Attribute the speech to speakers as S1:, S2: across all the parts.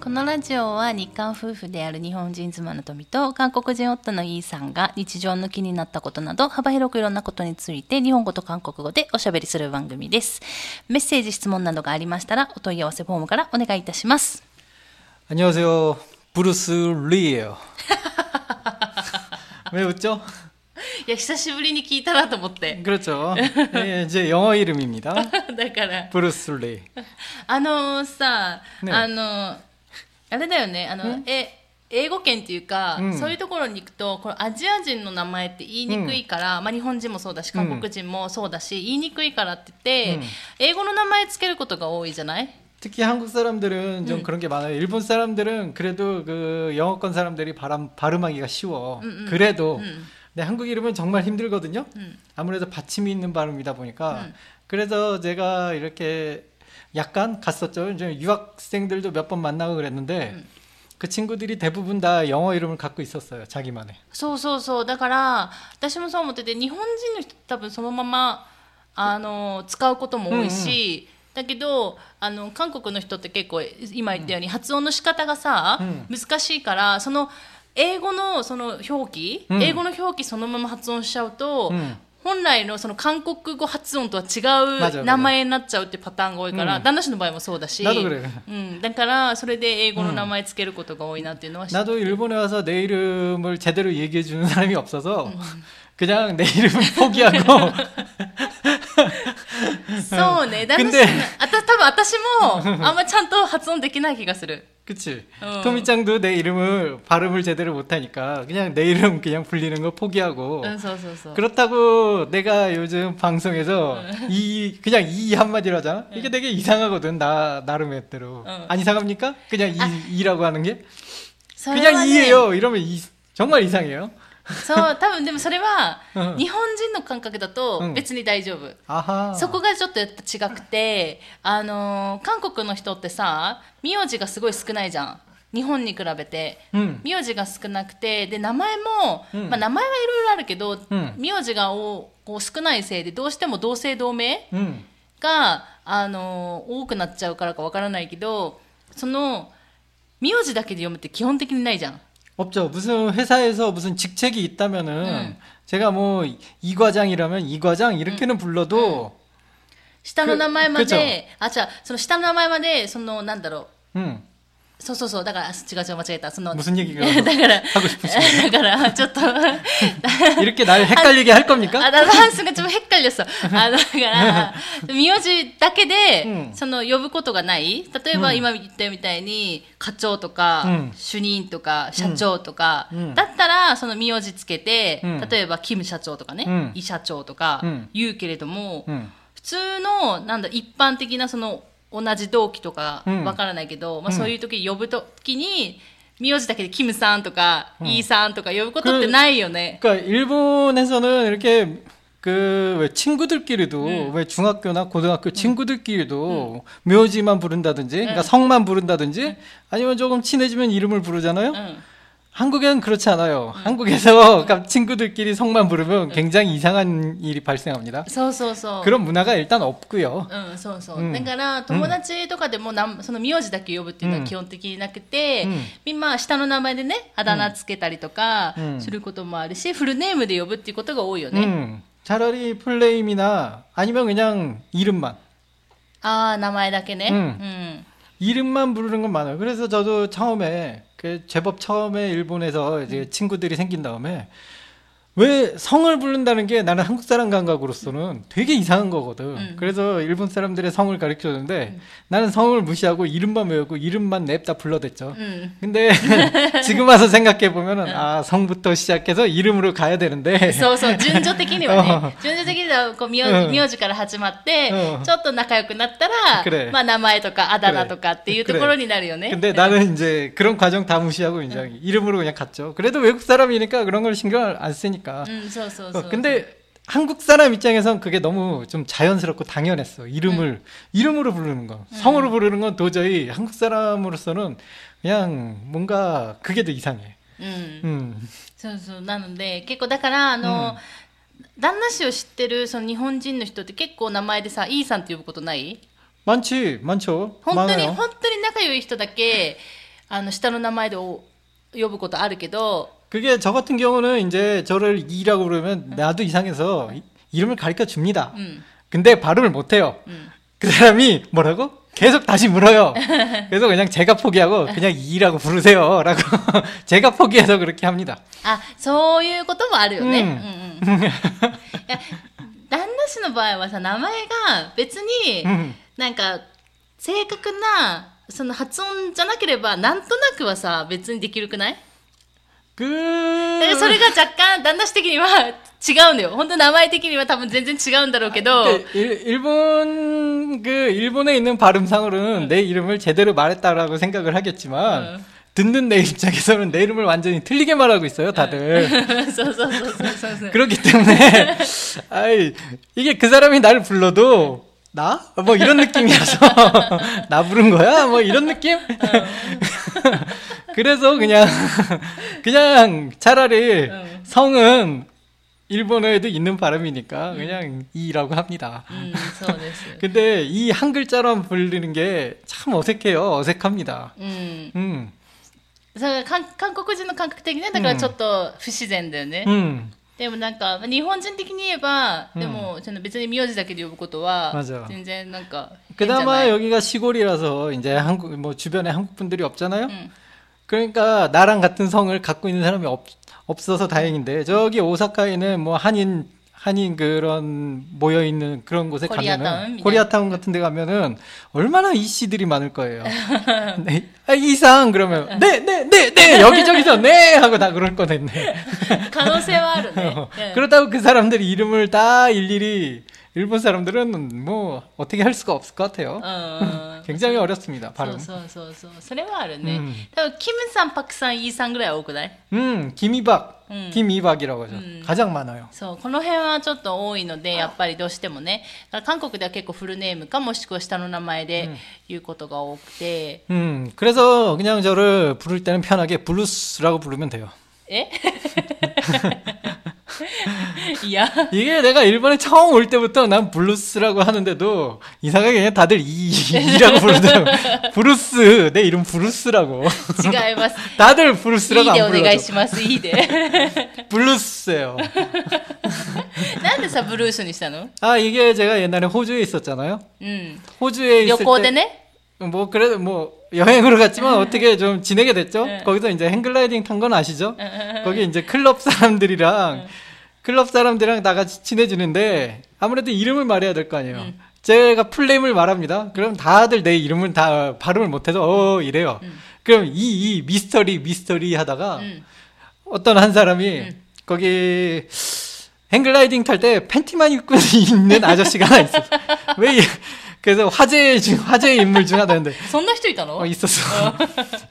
S1: このラジオは日韓夫婦である日本人妻の富と韓国人夫のイーさんが日常の気になったことなど幅広くいろんなことについて日本語と韓国語でおしゃべりする番組です。メッセージ、質問などがありましたらお問い合わせフォームからお願いいたします。
S2: 안녕하세요. 브루스 리예요. 왜 웃죠?
S1: いや、久しぶりに聞いたなと思って。
S2: 그렇죠. 예, 제 영어 이름입니다.
S1: だから、
S2: 브루스 리.
S1: あのさ、
S2: ね
S1: あの、あれだよね、あの、え、英語圏っていうか、
S2: うん
S1: そういうところに行くと、このアジア人の名前って言いにくいから、まあ日本人もそうだし、韓国人もそうだし、言いにくいからって言って、英語の名前つけることが多いじゃない
S2: 특히 한국 사람들은 좀 그런 게 많아요. 일본 사람들은 그래도 그 영어권 사람들이 바람, 발음하기가 음. 쉬워. 그래도 근데 한국 이름은 정말 힘들거든요. 아무래도 받침이 있는 발음이다 보니까 그래서 제가 이렇게 약간 갔었죠. 이제 유학생들도 몇 번 만나고 그랬는데 그 친구들이 대부분 다 영어 이름을 갖고 있었어요. 자기만의.
S1: そうそうそう。だから、私もそう思ってて、日本人の人って多分そのまま、あの、使うことも多いし、だけど、あの、韓国の人って結構、今言ったように、発音の仕方がさ、難しいから、その、英語のその表記、
S2: うん
S1: 英語の表記そのまま発音しちゃうと、
S2: 음.
S1: 本来のその韓国語発音とは違
S2: 맞아
S1: う
S2: 요
S1: 名前になっちゃうってパターンが多いから、
S2: うん
S1: 旦那氏の場合もそうだし、
S2: 나도 그래요.
S1: うん、だからそれで英語の名前つけることが多いなっていうのは知って
S2: 나도 일본에 와서 내 이름을 제대로 얘기해 주는 사람이 없어서 그냥 내 이름을 포기하고
S1: そう ね。旦那
S2: 근데
S1: さんあた、多分私も、あんまちゃんと発音できない気がする。
S2: 그치.
S1: 어.
S2: 토미짱도 내 이름을 발음을 제대로 못하니까 그냥 내 이름 그냥 불리는 거 포기하고.
S1: うん、そうそうそう。
S2: 그렇다고 내가 요즘 방송에서 이 그냥 이 한마디로 하잖아. 이게 되게 이상하거든 나 나름의 대로.
S1: 어.
S2: 안 이상합니까? 그냥 이 이라고 하는 게
S1: それは
S2: 그냥
S1: ね
S2: 이예요. 이러면 이 정말 이상해요.
S1: そう、多分でもそれは
S2: う、ん
S1: 日本人の感覚だ
S2: う
S1: と
S2: ん
S1: 別に大丈夫。
S2: 아하.
S1: そこがちょっとやっぱ違くて、あのー韓国の人ってさ、名字がすごい少ないじゃん。日本に比べて。
S2: 음.
S1: 名字が少なくてで名前も、
S2: うん
S1: まあ、名前はいろいろあるけど、
S2: ん
S1: 名字がおこう少ないせいでどうしても同姓同名
S2: 음.
S1: が、あのー多くなっちゃうからかわからないけど、その、名字だけで読むって基本的にないじゃん。
S2: 없죠. 무슨 회사에서 무슨 직책이 있다면은
S1: 음.
S2: 제가 뭐 이 과장이라면 이 과장 이렇게는 불러도
S1: 下の名前ま
S2: くく
S1: で、あ、じゃあその下の名前まで、その、なんだろう、
S2: 음.
S1: そうそうそう、だから、あ違う違う、間違えた。そ の、だ
S2: 무슨 얘기가
S1: から、
S2: 하고 싶으세요?
S1: だから、ちょっと、
S2: 음, 이렇게 날 헷갈리게 할 겁니까?
S1: あ、だダンスがちょっとへっかり です。あの、だから、名字だけで
S2: う、ん
S1: その、呼ぶことがない例えば、
S2: うん
S1: 今言ったみたいに、課長と
S2: う
S1: か
S2: ん、
S1: 主任とか、社長とか
S2: う、ん
S1: だったら、その名字つけて
S2: うん、
S1: 例えば、キム社長とか
S2: う
S1: ね
S2: ん、
S1: イ社長とか
S2: うん、
S1: 言うけれども、
S2: 음.
S1: 普通の、なんだ、一般的な、その、同じ同期とか
S2: う、ん
S1: わからないけど、まあ、
S2: うん
S1: そういう時呼ぶ時に、名字だけでキムさんとか、
S2: うん
S1: イさんとか呼ぶことってないよね。
S2: 그러니까 일본에서는 이렇게 그 왜 친구들끼리도
S1: 음.
S2: 왜 중학교나 고등학교 친구들끼리도 묘지만 부른다든지 그러니까 성만 부른다든지 아니면 조금 친해지면 이름을
S1: う
S2: 부르잖아요.
S1: ん。
S2: 한국엔 그렇지 않아요. 한국에서 그러니까 친구들끼리 성만 부르면 굉장히 이상한 일이 발생합니다.
S1: そうそうそう。
S2: 그런 문화가 일단 없고요.
S1: うん、そうそう。
S2: うん
S1: だから、友達とかでもなん、その名字だけ呼ぶっていうのは基本的になくて、
S2: うん
S1: みんな下の名前でね、あだ名つけたりとか
S2: うん
S1: することもあるし、フルネームで呼ぶっていうことが多いよね。
S2: 음, 차라리 플레임이나 아니면 그냥 이름만
S1: ああ、名前だけね。
S2: う
S1: うん。
S2: 이름만 부르는 건 많아요. 그래서 저도 처음에 그 제법 처음에 일본에서 이제 친구들이 생긴 다음에 왜 성을 부른다는 게 나는 한국 사람 감각으로서는 되게 이상한 거거든.
S1: 음.
S2: 그래서 일본 사람들의 성을 가르쳐 줬는데 나는 성을 무시하고 이름만 외우고 이름만 냅다 불러댔죠.
S1: うん。
S2: 근데 지금 와서 생각해 보면은 아 성부터 시작해서 이름으로 가야 되는데 。
S1: そうそう、順序的にはね順序的には、こう、名
S2: うん
S1: 名字から始まって
S2: う、ん
S1: ちょっと仲良くなったら
S2: くれ、
S1: まあ、名前とかあだ名とかっていうところになるよね。
S2: 근데 나는 이제 그런 과정 다 무시하고 그냥 이름으로 그냥 갔죠. 그래도 외국 사람이니까 그런 걸 신경 안 쓰니까.
S1: うん、そうそう
S2: 어,
S1: そう。
S2: 근데 한국 사람 입장에선 그게 너무 좀 자연스럽고 당연했어. 이름을 이름으로 부르는 거, 성으로 부르는 건 도저히 한국 사람으로서는 그냥 뭔가 그게 더 이상해.
S1: うん。
S2: 음.
S1: そうそうなので結構だからあの、旦那氏を知ってるその日本人の人って結構名前でさ「イーさん」って呼ぶことない
S2: 많지, 많죠.
S1: 本当に
S2: 많아요.
S1: 本当に仲良い人だけあの下の名前でお呼ぶことあるけど
S2: 그게 저 같은 경우는 이제 저를 이라고 부르면 나도 이상해서 이- 이름을 가르쳐 줍니다.
S1: うん、
S2: 근데 발음을 못해요.
S1: うん、
S2: 그 사람이 뭐라고? 계속 다시 물어요. 그래서 그냥 제가 포기하고 그냥 이라고 부르세요. 라고 제가 포기해서 그렇게 합니다.
S1: あそういうこともあるよね、
S2: う
S1: うんんうんいや旦那氏の場合はさ名前が別に、
S2: 음.
S1: なんか正確なその発音じゃなければなんとなくはさ別にできるくないだから
S2: 그...
S1: それが若干旦那氏的には違うんだよ本当名前的には多分全然違うんだろうけど
S2: 그 일- 일본 그 일본에 있는 발음상으로는 내 이름을 제대로 말했다라고 생각을 하겠지만
S1: 응.
S2: 듣는 내 입장에서는 내 이름을 완전히 틀리게 말하고 있어요, 다들.
S1: そうそうそうそうそう そう
S2: 그렇기 때문에 아이 이게 그 사람이 나를 불러도 나? 뭐 이런 느낌이라서 나 부른 거야? 뭐 이런 느낌? 그래서 그냥 그냥 차라리
S1: 응.
S2: 성은 일본어에도 있는 발음이니까 그냥 이라고 합니다.
S1: うんそうですよ
S2: 근데 이 한 글자로 불리는 게 참 어색해요. 어색합니다.
S1: うん、
S2: 음,
S1: それが韓韓国人の感覚的にねだからちょっと不自然だよね、
S2: 음,
S1: でもなんか日本人的に言えば、
S2: うん
S1: でもその別に名字だけで呼ぶことは
S2: マジだ
S1: 全然なんか変じゃな
S2: 그나마
S1: い
S2: 여기가 시골이라서 이제 한국 뭐 주변에 한국 분들이 없잖아요.
S1: うん、
S2: 그러니까 나랑 같은 성을 갖고 있는 사람이 없, 없어서 다행인데 저기 오사카에는 뭐 한인 한인 그런 모여 있는 그런 곳에
S1: 코리아타운
S2: 가면은
S1: 이제.
S2: 코리아타운 같은 데 가면은 얼마나 이 씨들이 많을 거예요. 네, 아, 이상 그러면 네 네 네 네 여기저기서 네 하고 다 그럴 거겠네.
S1: 可能性はある ね、うん
S2: 그렇다고 그 사람들이 이름을 다 일일이 일본 사람들은 뭐 어떻게 할 수가 없을 것 같아요.
S1: うん
S2: 굉장히 어렵습니다.
S1: そ
S2: 발음.
S1: うそうそうそうそれはあるね、
S2: うん
S1: 多分キムさんパクさんイーさんぐらいは多くない
S2: 음, 김이박,
S1: 음.
S2: 김이박이라고 하죠.
S1: 음.
S2: 가장 많아요.
S1: そうこの辺はちょっと多いのでやっぱりどうしてもねだから韓国では結構フルネームかもしくは下の名前で言うことが多くて、
S2: 음, 그래서 그냥 저를 부를 때는 편하게 블루스라고 부르면 돼요.
S1: えいや
S2: 이게 내가 일본에 처음 올 때부터 난 블루스라고 하는데도 이상하게 그냥 다들 이, 이라고 부르더라고. 브루스, 내 이름 브루스라고.
S1: 違います
S2: 다들
S1: い
S2: 브루스라고
S1: いで
S2: 안
S1: お願い
S2: 불러줘.
S1: しますいい で
S2: 블루스예요.
S1: なんでさブルースにしたの
S2: 아, 이게 제가 옛날에 호주에 있었잖아요.
S1: うん、
S2: 호주에 있을
S1: 旅行で
S2: 때
S1: ね
S2: 뭐 그래도 뭐 여행으로 갔지만 어떻게 좀 지내게 됐죠.
S1: 네.
S2: 거기서 이제 행글라이딩 탄 건 아시죠?
S1: うんうんうん
S2: 거기 이제 클럽 사람들이랑 클럽 사람들이랑 다 같이 친해지는데 아무래도 이름을 말해야 될 거 아니에요. 제가 풀네임을 말합니다. 그럼 다들 내 이름을 다 발음을 못해서 어 이래요. 그럼 이, 이 미스터리 미스터리 하다가
S1: うん
S2: 어떤 한 사람이 거기 행글라이딩 탈 때 팬티만 입고 있는 아저씨가 하나 있었어. 왜 이- 그래서 화제 중 화제 인물 중 하나였는데
S1: そんな人いたの、
S2: 어 있었어.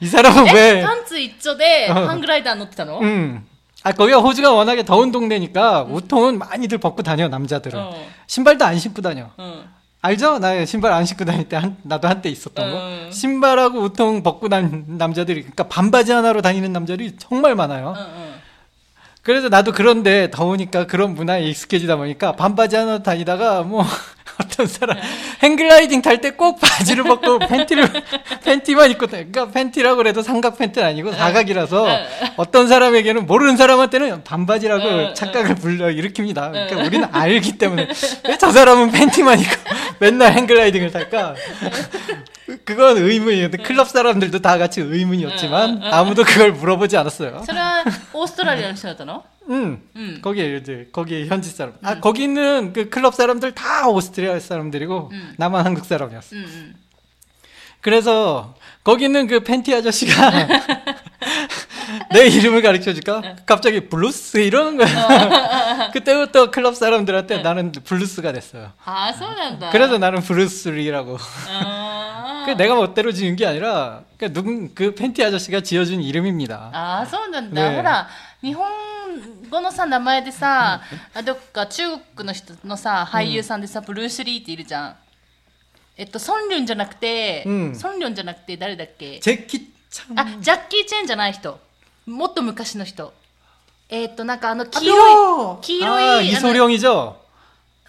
S2: 이 사람은
S1: え
S2: 왜
S1: パンツ一丁で
S2: うん
S1: ハングライダー乗ってたの、
S2: 음. 아, 거기가 호주가 워낙에 더운 동네니까 우통은 많이들 벗고 다녀, 남자들은.
S1: 어.
S2: 신발도 안 신고 다녀.
S1: うん、
S2: 알죠? 나 신발 안 신고 다닐 때, 한, 나도 한때 있었던 거.
S1: 음.
S2: 신발하고 우통 벗고 다니는 남자들이, 그러니까 반바지 하나로 다니는 남자들이 정말 많아요.
S1: うんうん、
S2: 그래서 나도 그런데 더우니까 그런 문화에 익숙해지다 보니까 반바지 하나 다니다가 뭐 어떤 사람 행글라이딩 탈 때 꼭 바지를 벗고 팬티를 팬티만 입고 다- 그러니까 팬티라고 해도 삼각 팬티는 아니고 사각이라서 어떤 사람에게는 모르는 사람한테는 반바지라고
S1: 응,
S2: 착각을 불러 일으킵니다. 그러니까 우리는 알기 때문에 왜 저 사람은 팬티만 입고 맨날 행글라이딩을 탈까? 그건 의문이었는데 클럽 사람들도 다 같이 의문이었지만 아무도 그걸 물어보지 않았어요.
S1: それはオーストラリアの人だったの
S2: 응.
S1: うん、
S2: 음. 거기 애들 거기 현지 사람 아 거기 있는 그 클럽 사람들 다 오스트리아 사람들이고
S1: 음.
S2: 나만 한국
S1: う
S2: 사람이었어
S1: んうん、
S2: 그래서 거기 있는 그 팬티 아저씨가 내 이름을 가르쳐 줄까 갑자기 블루스 이러는 거야 그때부터 클럽 사람들한테 나는 블루스가 됐어요
S1: ああそうなん だ
S2: 그래서 나는 블루스리라고
S1: あ
S2: 그
S1: ー
S2: 내가 멋대로 지은 게 아니라 그 누군 그 팬티 아저씨가 지어준 이름입니다
S1: あーそうなんだ、
S2: ねえ
S1: ほら日本語のさ名前でさ、あどっか中国の人のさ俳優さんでさ、ブルース・リーっているじゃんえっとソンリョンじゃなくて、
S2: うん
S1: ソンリョンじゃなくて誰だっけ
S2: 제키 참
S1: あジャッキー・チェンじゃない人もっと昔の人えっとなんかあの黄
S2: 아뇨!
S1: 色い黄色
S2: 아
S1: いあの
S2: 이소룡이죠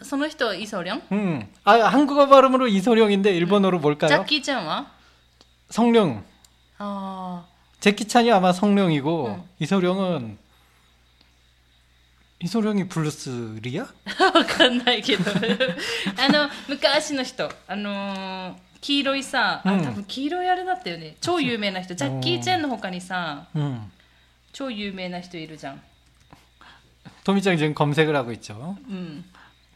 S1: その人イソリョン
S2: 음. 아, 한국어 발음으로 이소룡인데 일본어로
S1: ジャ
S2: 뭘까요?
S1: ッキー・チェンは
S2: 성룡.
S1: 아,
S2: 제키찬이 아마 성룡이고
S1: 응.
S2: 이소룡은 이소룡이 블루스리야?
S1: わかんないけど あの昔の人あのー黄色いさ、あ
S2: うん
S1: 多分黄色いあれだったよね超有名な人ジャッキー・チェンの他にさ
S2: 음.
S1: 超有名な人いるじゃん、
S2: 토미짱이 지금 검색을 하고 있죠.
S1: うん、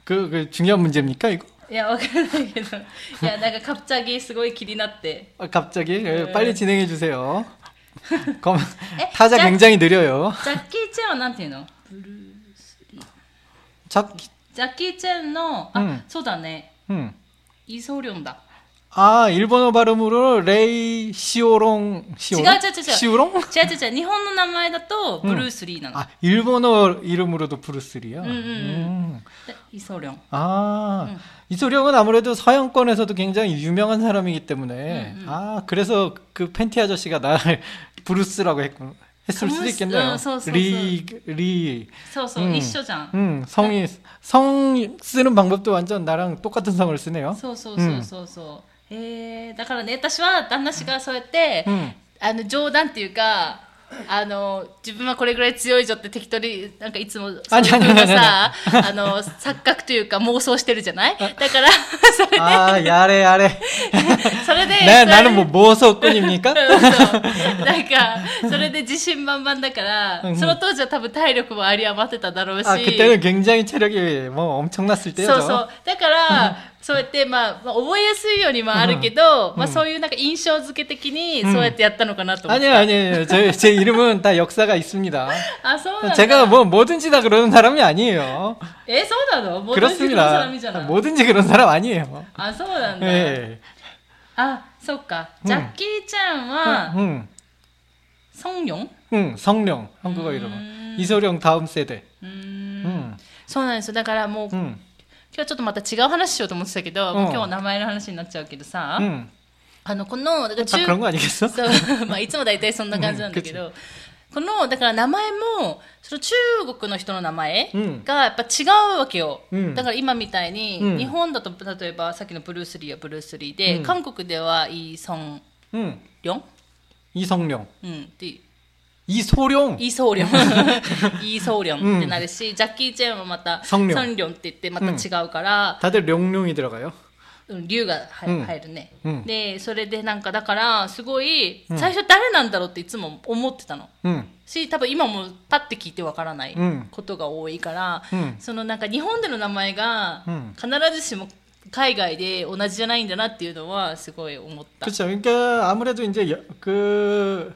S2: 그, 그 중요한 문제입니까 이거?
S1: いやわかんないけどいやなんかカプチャギすごい気になって
S2: 아, 갑자기 예, 빨리 진행해 주세요. 검,
S1: 네. 에,
S2: 타자
S1: 자-
S2: 굉장히 느려요.
S1: ジャッキー・チェンはなんていうの
S2: 작,
S1: ジャッキー・チェンのあ、
S2: うん
S1: そうだね
S2: 음.
S1: イソリョンだ
S2: 아 일본어 발음으로 레이 시오롱 시오롱
S1: 지가- 저- 저- 저.
S2: 시오롱?
S1: 違う違う違う日本の名前だとブルース・リーなの、
S2: 아 일본어 이름으로도 브루스리야.
S1: 음, 음,でイソリョン
S2: 아 이소룡은 아무래도 서양권에서도 굉장히 유명한 사람이기 때문에
S1: 음, 음.
S2: 아 그래서 그 팬티 아저씨가 나를 브루스라고 했, 했을 수도
S1: 가무스-
S2: 있겠네요.
S1: 어, 서- 서-
S2: 리 리.
S1: そうそう、
S2: うん
S1: 一緒じゃん、
S2: 음, 성이 성 쓰는 방법도 완전 나랑 똑같은 성을 쓰네요.
S1: そうそうそうそうそう、へえだからね私は旦那氏がそうやって、
S2: 음.
S1: あの冗談っていうかあの自分はこれぐらい強いぞって適当になんかいつもそういう風なさあの錯覚というか妄想してるじゃないだからそれ
S2: 아 야래 야래.
S1: それでそれで
S2: 나 나는 뭐
S1: う
S2: 모서꾼입니까?
S1: んそうなんかそれで自信満々だから、
S2: うん
S1: その当時は多分体力もあり余ってただろうし、
S2: 아 그때는 굉장히 체력이 뭐 엄청났을
S1: そう
S2: 때죠.
S1: そうだ からそうやって、まあ、まあ覚えやすいようにもあるけど、まあ、そういうなんか印象付け的にそうやってやったのかなと思って、
S2: 아니에요, 아니에요. 제, 제 이름은 다 역사가 있습니다.
S1: あそうなんだ
S2: 제가 뭐 뭐든지 다 그러는 사람이 아니에요.
S1: えそうなのモダンのサ
S2: 그렇습니다.
S1: ラミじゃない
S2: 뭐든지 그런 사람 아니에요.
S1: あそうなんだ、
S2: 예.
S1: あそっかジャッキーちゃん
S2: 응,
S1: は、
S2: 응,
S1: ソンヨン
S2: 응, 성룡 한국어 이름은 이소룡 다음 음. 세대.
S1: うーん
S2: 응,
S1: そうなんですよだからもう、今
S2: 응,
S1: 日はちょっとまた違う話しようと思ってたけど、
S2: うん
S1: 今日名前の話になっちゃうけどさ、
S2: 응.
S1: あのこのだから
S2: 다
S1: 中
S2: 그런 거 아니겠어?
S1: そう まあいつも大体そんな感じなんだけど、このだから名前もその中国の人の名前
S2: うん
S1: がやっぱ違うわけよ、
S2: うん
S1: だから今みたいに、
S2: うん
S1: 日本だと例えばさっきのブルース・リーはブルース・リーで、
S2: うん
S1: 韓国ではイ・ソン
S2: 응,
S1: リョン、
S2: 이성룡,
S1: うん、で
S2: 이소룡,
S1: イ・ソーリョ ンイ・ソーリョンってなるし、ジャッキー・チェンはまた
S2: ソンリョン
S1: リョンって言ってまた違うから、
S2: 다들 룡룡이 들어가요.
S1: うん、龍が入
S2: うん
S1: 入るね、
S2: うん
S1: でそれでなんかだからすごい
S2: うん
S1: 最初誰なんだろうっていつも思ってたの。
S2: 응,
S1: し多分今もパッて聞いてわからない
S2: うん
S1: ことが多いから、
S2: うん
S1: そのなんか日本での名前が
S2: うん
S1: 必ずしも海外で同じじゃないんだなっていうのはすごい思った。
S2: 그렇죠. 그러니까 아무래도 이제 여- 그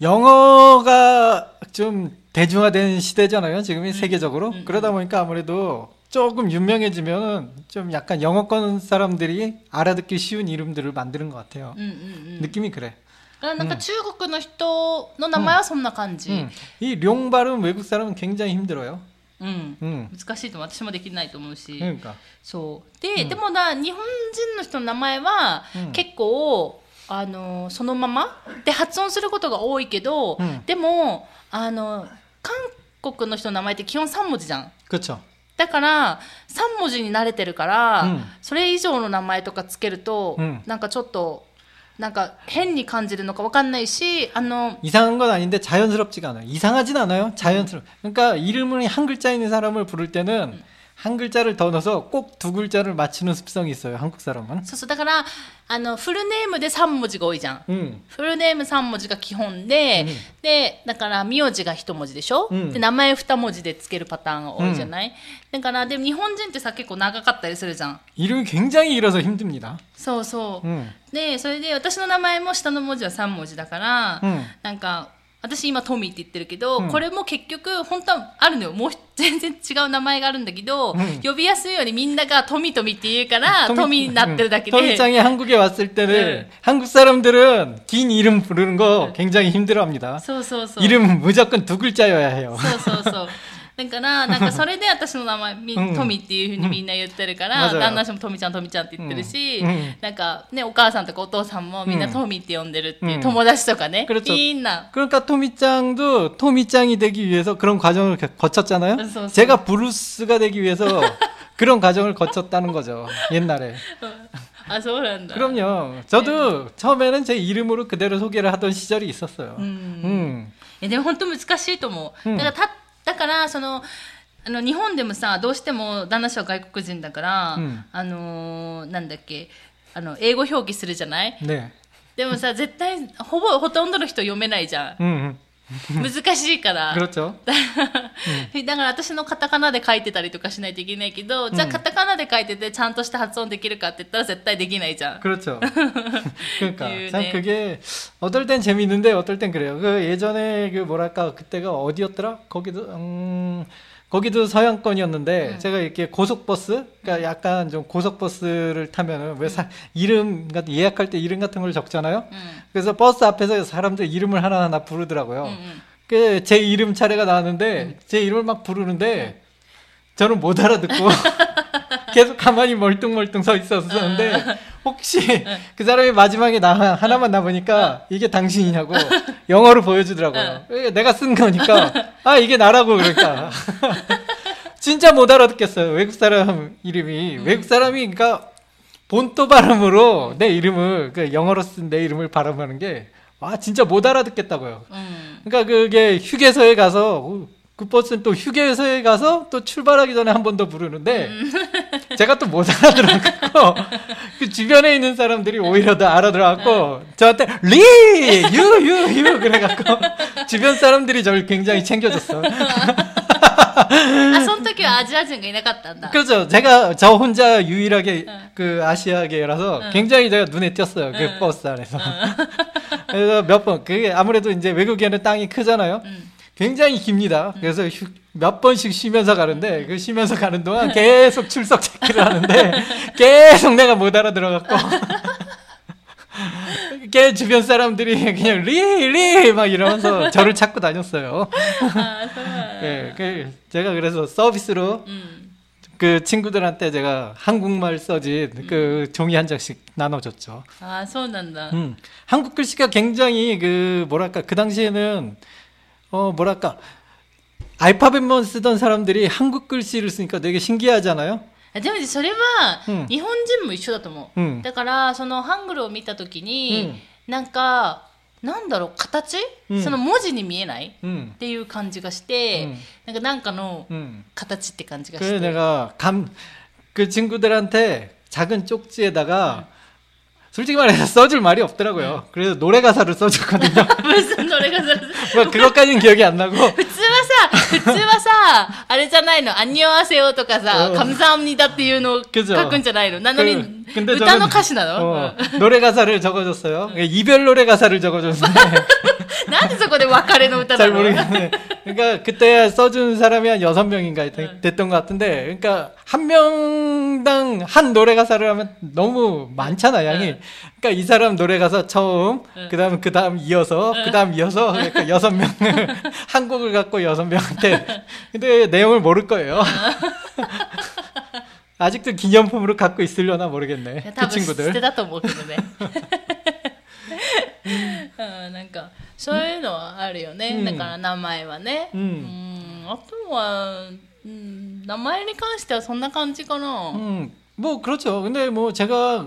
S2: 영어가 좀 대중화된 시대잖아요. 지금이 세계적으로 그러다 보니까 아무래도 조금 유명해지면 좀 약간 영어권 사람들이 알아듣기 쉬운 이름들을 만드는 것 같아요.
S1: うんうんうん、だ
S2: 느낌이 그래.
S1: からなんか中国の人の名前はそんな感じ、うん
S2: 음. 이룡 발음 외국 사람은 굉장히 힘들어요. うん
S1: 難しいと思う私もできないと思うし、
S2: 그러니까
S1: そうで、でもな日本人の人の名前は結構、あのそのままで発音することが多いけど、
S2: うん
S1: でもあの韓国の人の名前って基本3文字じゃん
S2: 그렇죠.
S1: だから3文字に慣れてるから、
S2: うん
S1: それ以上の名前とかつけると、
S2: うん
S1: なんかちょっとなんか変に感じるのかわかんないしあの
S2: 이상한 건 아닌데 자연스럽지가 않아요. 이상하진 않아요. 자연스럽. 그러니까 이름이 한 글자 있는 사람을 부를 때는 한 글자를 더 넣어서 꼭 두 글자를 맞추는 습성이 있어요. 한국 사람은.
S1: そうそうだからあのフルネームで3文字が多いじゃん。
S2: 음.
S1: フルネーム3文字が基本で、で、だから名字が1文字でしょ、
S2: うん
S1: で、名前2文字でつけるパターンが多いじゃない、だから、でも日本人ってさ、結構長かったりするじゃん。
S2: 이름이 굉장히 길어서 힘듭니다.
S1: そうそう。
S2: 음.
S1: で、それで私の名前も下の文字は3文字だから、
S2: 음.
S1: なんか、私今トミーって言ってるけど、
S2: うん
S1: これも結局本当はあるのよ。もう 全然違う名前があるんだけど、
S2: ん
S1: 呼びやすいようにみんながトミートミーって言うから、トミーになってるだけで。
S2: 음. 토미짱이 한국에 왔을 때는
S1: 네.
S2: 한국 사람들은 긴 이름 부르는 거 굉장히 힘들어합니다.
S1: そうそうそう。
S2: 이름 무조건 두 글자여야 해요.
S1: そうそうそう。だから、なんかそれで私の名前、み
S2: うん
S1: トミっていうふうにみんな言ってるから、
S2: うん
S1: 旦那さんもトミちゃん、トミちゃんって言ってるし、
S2: うんうん
S1: なんかね、お母さんとかお父さんもみんなトミって呼んでるっていう、
S2: うん
S1: 友達とかね、
S2: 그렇죠.
S1: みん な。
S2: 그러니까 토미짱도 토미짱이 되기 위해서 그런 과정을 겨- 거쳤잖아요.
S1: 그래서-
S2: 제가 브루스가 되기 위해서 그런 과정을 거쳤다는 거죠. 옛날에.
S1: うん 아, 소란다.
S2: 그럼요. 저도
S1: 네.
S2: 처음에는 제 이름으로 그대로 소개를 하던 시절이 있었어요.
S1: 음.
S2: 음.
S1: いやでも本当難しいと思う。
S2: うん
S1: だからただからそのあの日本でもさどうしても旦那氏は外国人だから、
S2: うん
S1: あのーなんだっけあの英語表記するじゃない
S2: 네.
S1: でもさ絶対ほぼほとんどの人読めないじゃん
S2: 음, 음.
S1: 難しいから。
S2: 그렇죠.
S1: だからだから私のカタカナで書いてたりとかしないといけないけど、じゃあカタカナで書いててちゃんとした発音できるかって言ったら絶対できないじゃん。
S2: 그렇죠. 그러니까
S1: 이유네.
S2: 참 그게 어떨 땐 재밌는데 어떨 땐 그래요. 그 예전에 그 뭐랄까 그때가 어디였더라? 거기도 음 거기도 서양권이었는데 제가 이렇게 고속버스 그러니까 약간 좀 고속버스를 타면은 왜 사, 이름 같은 예약할 때 이름 같은 걸 적잖아요.
S1: うん
S2: 그래서 버스 앞에서 사람들 이름을 하나하나 부르더라고요.
S1: うんうん
S2: 그 제 이름 차례가 나왔는데 제 이름을 막 부르는데 저는 못 알아듣고 계속 가만히 멀뚱멀뚱 서 있었었는데 혹시 그 사람이 마지막에 나 하나만 남으니까 이게 당신이냐고 영어로 보여주더라고요. 이게 내가 쓴 거니까 아 이게 나라고 그러니까 진짜 못 알아듣겠어요. 외국 사람 이름이 외국 사람이 그러니까 본토 발음으로 내 이름을 그 영어로 쓴 내 이름을 발음하는 게 와 진짜 못 알아듣겠다고요.
S1: うん。
S2: 그러니까 그게 휴게소에 가서 어, 그 버스는 또 휴게소에 가서 또 출발하기 전에 한 번 더 부르는데 제가 또 못 알아들었고 그 주변에 있는 사람들이 오히려 더 알아들어갖고 저한테 리유유유 그래갖고 주변 사람들이 저를 굉장히 챙겨줬어.
S1: あ、その時はアジア人がいなかったんだ。
S2: 그렇죠. 제가 저 혼자 유일하게 그 아시아계라서 굉장히 제가 눈에 띄었어요. 그 버스 안에서. 그래서 몇 번, 그게 아무래도 이제 외국에는 땅이 크잖아요. 굉장히 깁니다. 그래서 휴- 몇 번씩 쉬면서 가는데 그 쉬면서 가는 동안 계속 출석 체크를 하는데 계속 내가 못 알아들어갖고 걔 주변 사람들이 그냥 리리 막 이러면서 저를 찾고 다녔어요.
S1: あ、そうなんだ
S2: 예, 그 제가 그래서 서비스로
S1: うん。
S2: 그 친구들한테 제가 한국말 써진 그 종이 한 장씩 나눠줬죠.
S1: あ、そうなんだ。
S2: 음. 한국 글씨가 굉장히 그 뭐랄까 그 당시에는 어 뭐랄까 알파벳만 쓰던 사람들이 한국 글씨를 쓰니까 되게 신기하잖아요.
S1: あでもそれは
S2: うん
S1: 日本人も一緒だと思う、
S2: うん
S1: だからそのハングルを見た時に、なんかなんだろう形、
S2: うん
S1: その文字に見えない
S2: 음.
S1: っていう感じがして、
S2: う
S1: な
S2: ん
S1: んかなんかの
S2: 음.
S1: 形って感じがし
S2: 그래
S1: て、
S2: 내가 감 그 친구들한테 작은 쪽지에다가 솔직히 말해서 써줄 말이 없더라고요. 그래서 노래 가사를 써줬거든요.
S1: 別にそれがそれ
S2: 뭐 그것까지는 기억이 안 나고
S1: 普通はさ普通はさあれじゃないの「あんにょあせよ」とかさ
S2: う
S1: 「
S2: ん
S1: かみさんにだ」っていうのを
S2: け
S1: 書
S2: ど
S1: くんじゃないのなのに
S2: 그- 근데
S1: 歌
S2: 저는-
S1: の歌詞なの、
S2: 어, 네. 노래 가사를 적어줬어요. 이별 노래 가사를 적어줬는데
S1: うんなんでそこで別れの歌な
S2: 잘
S1: の
S2: 모르겠네. 그러니까 그때 써준 사람이 한 여섯 명인가 되- 됐던 것 같은데, 그러니까 한 명당 한 노래 가사를 하면 너무 많잖아 양이. 그러니까 이 사람 노래 가사 처음, 그다음 그다음 이어서, 그다음 이어서 그러니까 여섯 명을 한 곡을 갖고 여섯 명한테. 근데 내용을 모를 거예요. 아직도 기념품으로 갖고 있으려나
S1: いや
S2: 모르겠네.
S1: 多分捨
S2: 그 친구들.
S1: てだと思うけどね。うん、なんかそういうのはあるよね、
S2: うん
S1: だから名前はね、
S2: うん
S1: んあとは、うん、名前に関してはそんな感じかな、
S2: 음, 뭐 그렇죠. 근데 뭐 제가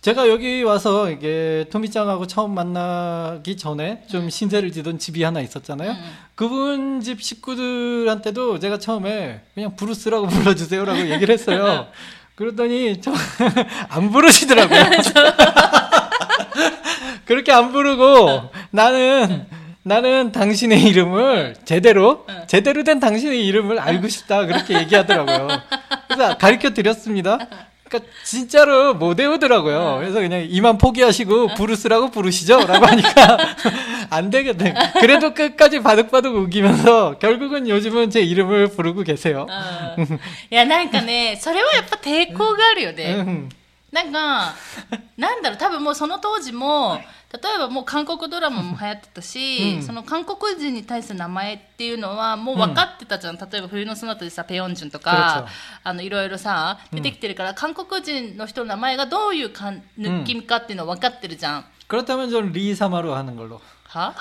S2: 제가 여기 와서 이게 토미짱하고 처음 만나기 전에 좀 신세를 지던 집이 하나 있었잖아요.
S1: 음.
S2: 그분 집 식구들한테도 제가 처음에 그냥 브루스라고 불러주세요라고 얘기를 했어요. 그러더니 저 안 부르시더라고요. 그렇게 안 부르고 나는 나는 당신의 이름을 제대로 제대로 된 당신의 이름을 알고 싶다 그렇게 얘기하더라고요. 그래서 가르쳐 드렸습니다. 그러니까 진짜로 못 외우더라고요. 그래서 그냥 이만 포기하시고 부르스라고 부르시죠라고 하니까 안 되겠네. 그래도 끝까지 바둑바둑 우기면서 결국은 요즘은 제 이름을 부르고 계세요.
S1: うんいやなんかねそれはやっぱ抵抗があるよね、
S2: 음,
S1: なんか、なんだろう、多分もうその当時も、例えばもう韓国ドラマも流行ってたし、
S2: うん
S1: その韓国人に対する名前っていうのはもう分かってたじゃん。例えば冬のそなたでさ、ペヨンジュンとか
S2: 그렇죠 、
S1: あの、いろいろさ、出てきてるから、韓国人の人の名前がどういうかん抜きかっていうのは分かってるじゃん。
S2: 그렇다면 저는 리사마로 하는 걸로.
S1: は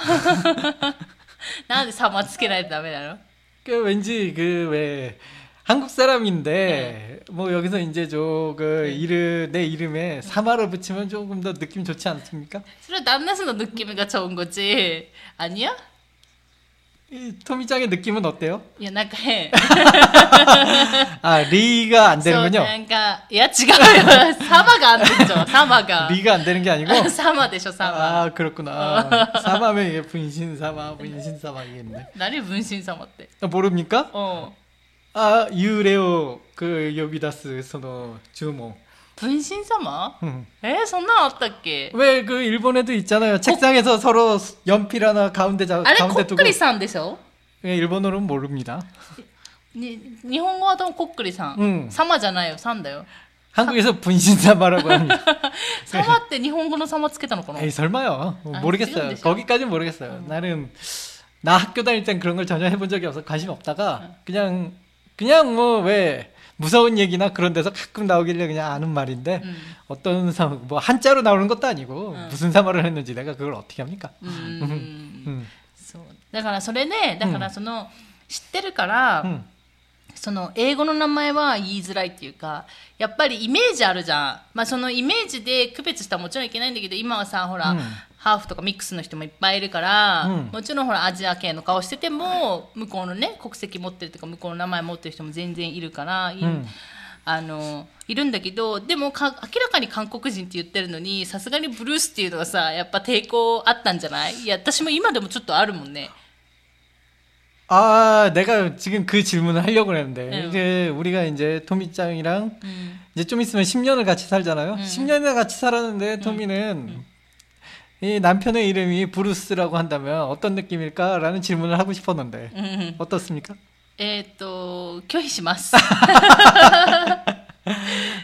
S1: なんで様つけないとダメなの
S2: 그 왠지 그 왜 한국 사람인데
S1: 네.
S2: 뭐 여기서 이제 조그 이름 내 이름에 사마를 붙이면 조금 더 느낌 좋지 않습니까?
S1: それは旦那さんの느낌이 좋은 거지. 아니야?
S2: 이 토미짱의 느낌은 어때요?
S1: 야, 뭔가 해.
S2: 아 리가 안 되는군요.
S1: 뭔가 야, 지가요. 사마가 안 되죠. 사마가.
S2: 리가 안 되는 게 아니고
S1: 사마 되셔, 사마. 어.
S2: 아 그렇구나. 사마면 이게 분신 사마, 분신 사마 이겠네.
S1: 나를 문신 사마 때.
S2: 아, 모릅니까?
S1: 어.
S2: 아 유레오 그 요비다스 선호 주모. 음.
S1: 분신 사마? 에, 손나 왔다께.
S2: 왜 그 일본에도 있잖아요. 책상에서 서로 연필 하나 가운데 잡
S1: 아래
S2: 가운데 두고.
S1: 코끼리 산 되셔.
S2: 예, 일본어로는 모릅니다.
S1: 니, 일본어도 코끼리 산.
S2: 응.
S1: 사마잖아요. 산다요.
S2: 한국에서 분신사마라고 합니다.
S1: 사마 때 일본어로 사마 つけたのかな?
S2: 에이 설마요.
S1: 아,
S2: 모르겠어요.
S1: 지금 음. 되죠.
S2: 거기까지는 모르겠어요. 나는 나 학교 다닐 땐 그런 걸 전혀 해본 적이 없어 관심
S1: 음.
S2: 없다가 그냥 그냥 뭐 왜 무서운 얘기나 그런 데서 가끔 나오길래 그냥 아는 말인데
S1: 음.
S2: 어떤 사뭐 한자로 나오는 것도 아니고
S1: 음.
S2: 무슨 사마를 했는지 내가 그걸 어떻게 합니까?
S1: うーん
S2: 음.
S1: そうだからそれねだからその、知ってるから、
S2: 음.
S1: その英語の名前は言いづらいっていうかやっぱりイメージあるじゃん、まあ、そのイメージで区別したらもちろんいけないんだけど今はさほら、
S2: うん
S1: ハーフとかミックスの人もいっぱいいるから、
S2: うん
S1: もちろんほらアジア系の顔してても向こうのね国籍持ってるとか向こうの名前持ってる人も全然いるから、い
S2: ん
S1: あのいるんだけどでもか明らかに韓国人って言ってるのにさすがにブルースっていうのはさやっぱ抵抗あったんじゃないいや私も今でもちょっとあるもんね。
S2: 아 내가 지금 그 질문을 하려고 그랬는데
S1: 네.
S2: 이게 우리가 이제 토미짱이랑
S1: うん、
S2: 이제 좀 있으면 10년을 같이 살잖아요.
S1: 음.
S2: 10년을 같이 살았는데 토미는 이 남편의 이름이 브루스라고 한다면 어떤 느낌일까라는 질문을 하고 싶었는데
S1: うん、
S2: 어떻습니까?
S1: えーっと拒否し ます。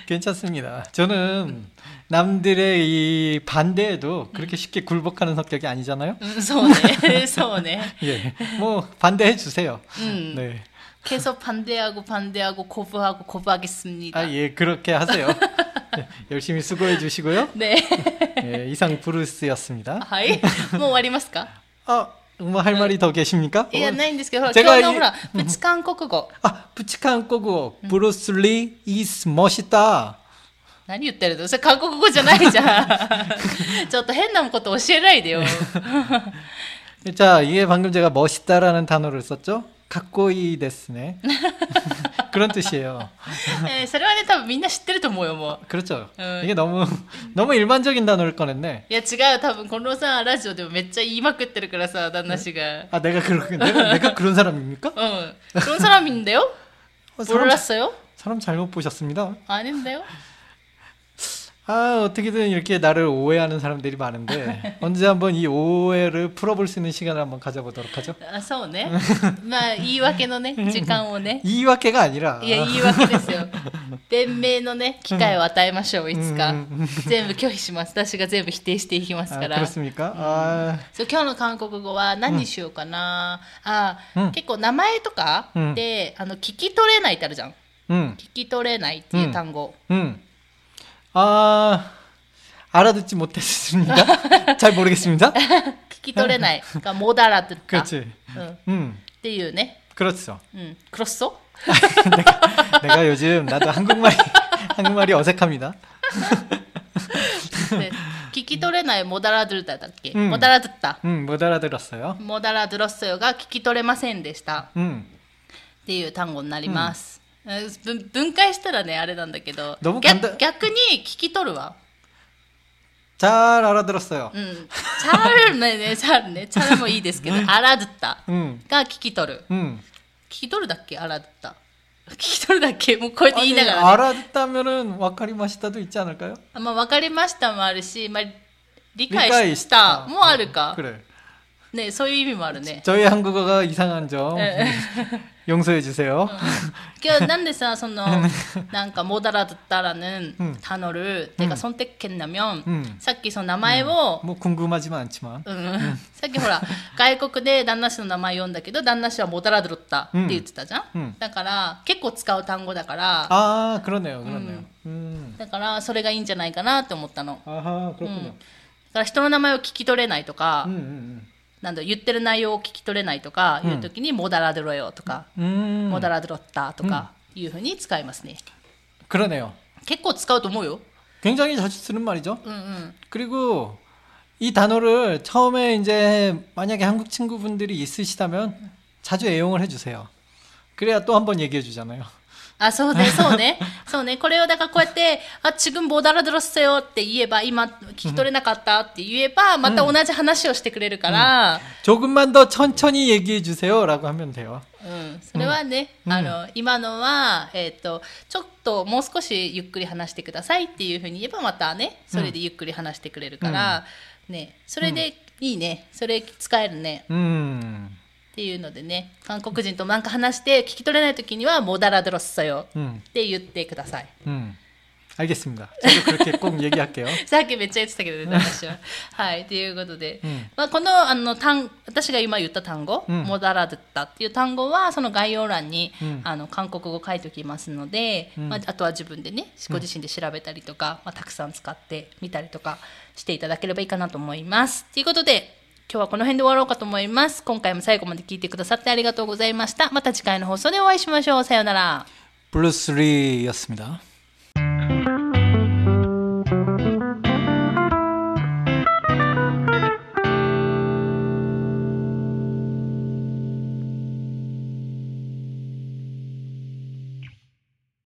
S2: 괜찮습니다. 저는 남들의 이 반대에도 그렇게 쉽게 굴복하는 성격이 아니잖아요.
S1: うんそうね、 そうね。
S2: 예, 뭐 반대해 주세요.
S1: うん。
S2: 네,
S1: 계속 반대하고 반대하고 거부하고 거부하겠습니다.
S2: 아 예, 그렇게 하세요. 네, 열심히 수고해 주시고요.
S1: 네.
S2: 예, 이상 브루스였습니다.
S1: はい。もう終わりますか
S2: 아, 뭐 할 말이 더 계십니까?
S1: いや、ないんですけど、ほら、今
S2: 제가
S1: 日の
S2: 이
S1: ほら、プチ韓国語。
S2: 아, 부칙한 꼬고 브루슬리 이스 멋있다.
S1: 何言ってるのそれ韓国語じゃないじゃ ん。ちょっと変なこと教えないでよ。
S2: 자, 이게 방금 제가 멋있다라는 단어를 썼죠? 가꼬이 데스네. 그런 뜻이에요.
S1: えーそれはね、多分みんな知ってると思うよ、もう。
S2: 그렇죠.
S1: 음.
S2: 이게 너무 너무 일반적인 단어를 꺼냈네.
S1: いや、違う。多分、このさ、ラジオでもめっちゃ言いまくってるからさ、旦那氏が。
S2: 아, 내가 그런 내가, 내가 그런 사람입니까?
S1: うん。그런사람인데요
S2: 어,
S1: 몰
S2: 사람,
S1: 랐어요
S2: 사람 잘못 보셨습니다.
S1: 아닌데요
S2: 아, 어떻게든 이렇게 나를 오해하는 사람들이 많은데 언제 한번 이 오해를 풀어볼 수 있는 시간을 한번 가져보도록 하죠.
S1: あそうね。まあ、言い訳の ね、時間をね。
S2: 이와케가 아니라
S1: いや、言い訳です よ。弁明のね、機会を与えましょう、いつか
S2: うん。
S1: 全部拒否します。私が全部否定していきますか
S2: 아,
S1: ら。そう
S2: 그렇습니까? 아,
S1: 今日の韓国語は何にしようかな。あ
S2: う
S1: あ
S2: ん
S1: 結構名前とかで、あの、聞き取れないってあるじゃん。
S2: 음.
S1: 聞き取れないっていう単語。
S2: 음. 아, 알아듣지 못했습니다. 잘 모르겠습니다.
S1: 聞き取れないが、モダラって言 った。
S2: 그렇지.
S1: うんっ
S2: 음,
S1: ていうね。
S2: 그렇죠.
S1: うん。クロッソ
S2: 내가 요즘 나도 한국말이, 한국말이 어색합니다.
S1: で聞き取れないモダラドゥルタだっけ、
S2: うん
S1: モダラドゥッタ
S2: 음, 못 알아들었어요.
S1: モダラドゥロッソヨが聞き取れませんでした
S2: 음.
S1: っていう単語になります、うん分分解したらねあれなんだけど
S2: どうも簡
S1: 逆
S2: 単
S1: 逆に聞き取るわ
S2: 잘 알아들었어요.
S1: うんチャールねねチャールねチャールもいいですけどアラドゥッタ
S2: 음,
S1: が聞き取る
S2: 음.
S1: 聞き取るだっけアラドゥッタ聞き取るだっけもうこうやって言い
S2: 아니,
S1: ながらね
S2: 알아듣다면은 와카리 마시다도 있지 않을까요?
S1: あまあ、分かりましたもあるし、まあ、理
S2: 理
S1: 解したもある
S2: 어,
S1: か、
S2: 그래.
S1: ね、そういう意味もあるね
S2: 저희 한국어가 이상한 점 용서해 주세요.
S1: 今日なんでさそのなんか「モダラだったらぬ
S2: うん
S1: んたのる」てか「そんてっけんなみょん」
S2: 음.
S1: さっきその名前を、
S2: 뭐 궁금하지만 않지만.
S1: うんさっきほら外国で旦那氏の名前読んだけど旦那氏は「モダラドロッタ」って言ってたじゃん、
S2: うんうん
S1: だから結構使う単語だから
S2: 아 그러네요, 그러네요. 음.
S1: だからそれがいいんじゃないかなって思ったの
S2: 아하 그렇군요.
S1: だから人の名前を聞き取れないとか、
S2: 음, 음,
S1: なんだろう言ってる内容を聞き取れないとかいう時に「モダラドロよ」とか
S2: 음. 음.
S1: モダラドロッタとかいうふうに使いますね
S2: 그러네요.
S1: 結構使うと思うよ
S2: 굉장히 자주 쓰는 말이죠.
S1: うんうん
S2: 그리고 이 단어를 처음에 이제 만약에 한국 친구분들이 있으시다면 자주 애용을 해주세요. 그래야 또 한번 얘기해 주잖아요.
S1: あ、そう ね、そうね。そうね。これを、だからこうやって、あ、自分もダラドロせよって言えば、今、聞き取れなかったって言えば、また同じ話をしてくれるから、
S2: 조금만 더 천천히 얘기해 주세요라고 하면 돼요.
S1: うん。それはね、あの、今のは、えっ、と、ちょっともう少しゆっくり話してくださいっていうふうに言えば、またね、それでゆっくり話してくれるから、ね、それで、いいね。それ使えるね。
S2: 음,
S1: っていうのでね、韓国人となんか話して、聞き取れない時には、もうダラドロせよ
S2: 음,
S1: って言ってください。
S2: 음. 알겠습니다. 저도 그렇게 꼭 얘기할게요.
S1: さっきめっちゃ言ってたけどね、私は。はい、ということで、
S2: うん
S1: まあ、このあの単私が今言った単語、
S2: うん
S1: モダラドッタっていう単語は、その概要欄に、
S2: うん
S1: あの韓国語書いておきますので、
S2: ん
S1: まあ、あとは自分でね、ご自身で調べたりとか、まあ、たくさん使ってみたりとかしていただければいいかなと思います。ということで、今日はこの辺で終わろうかと思います。今回も最後まで聞いてくださってありがとうございました。また次回の放送でお会いしましょう。さようなら。
S2: 블루스리였습니다.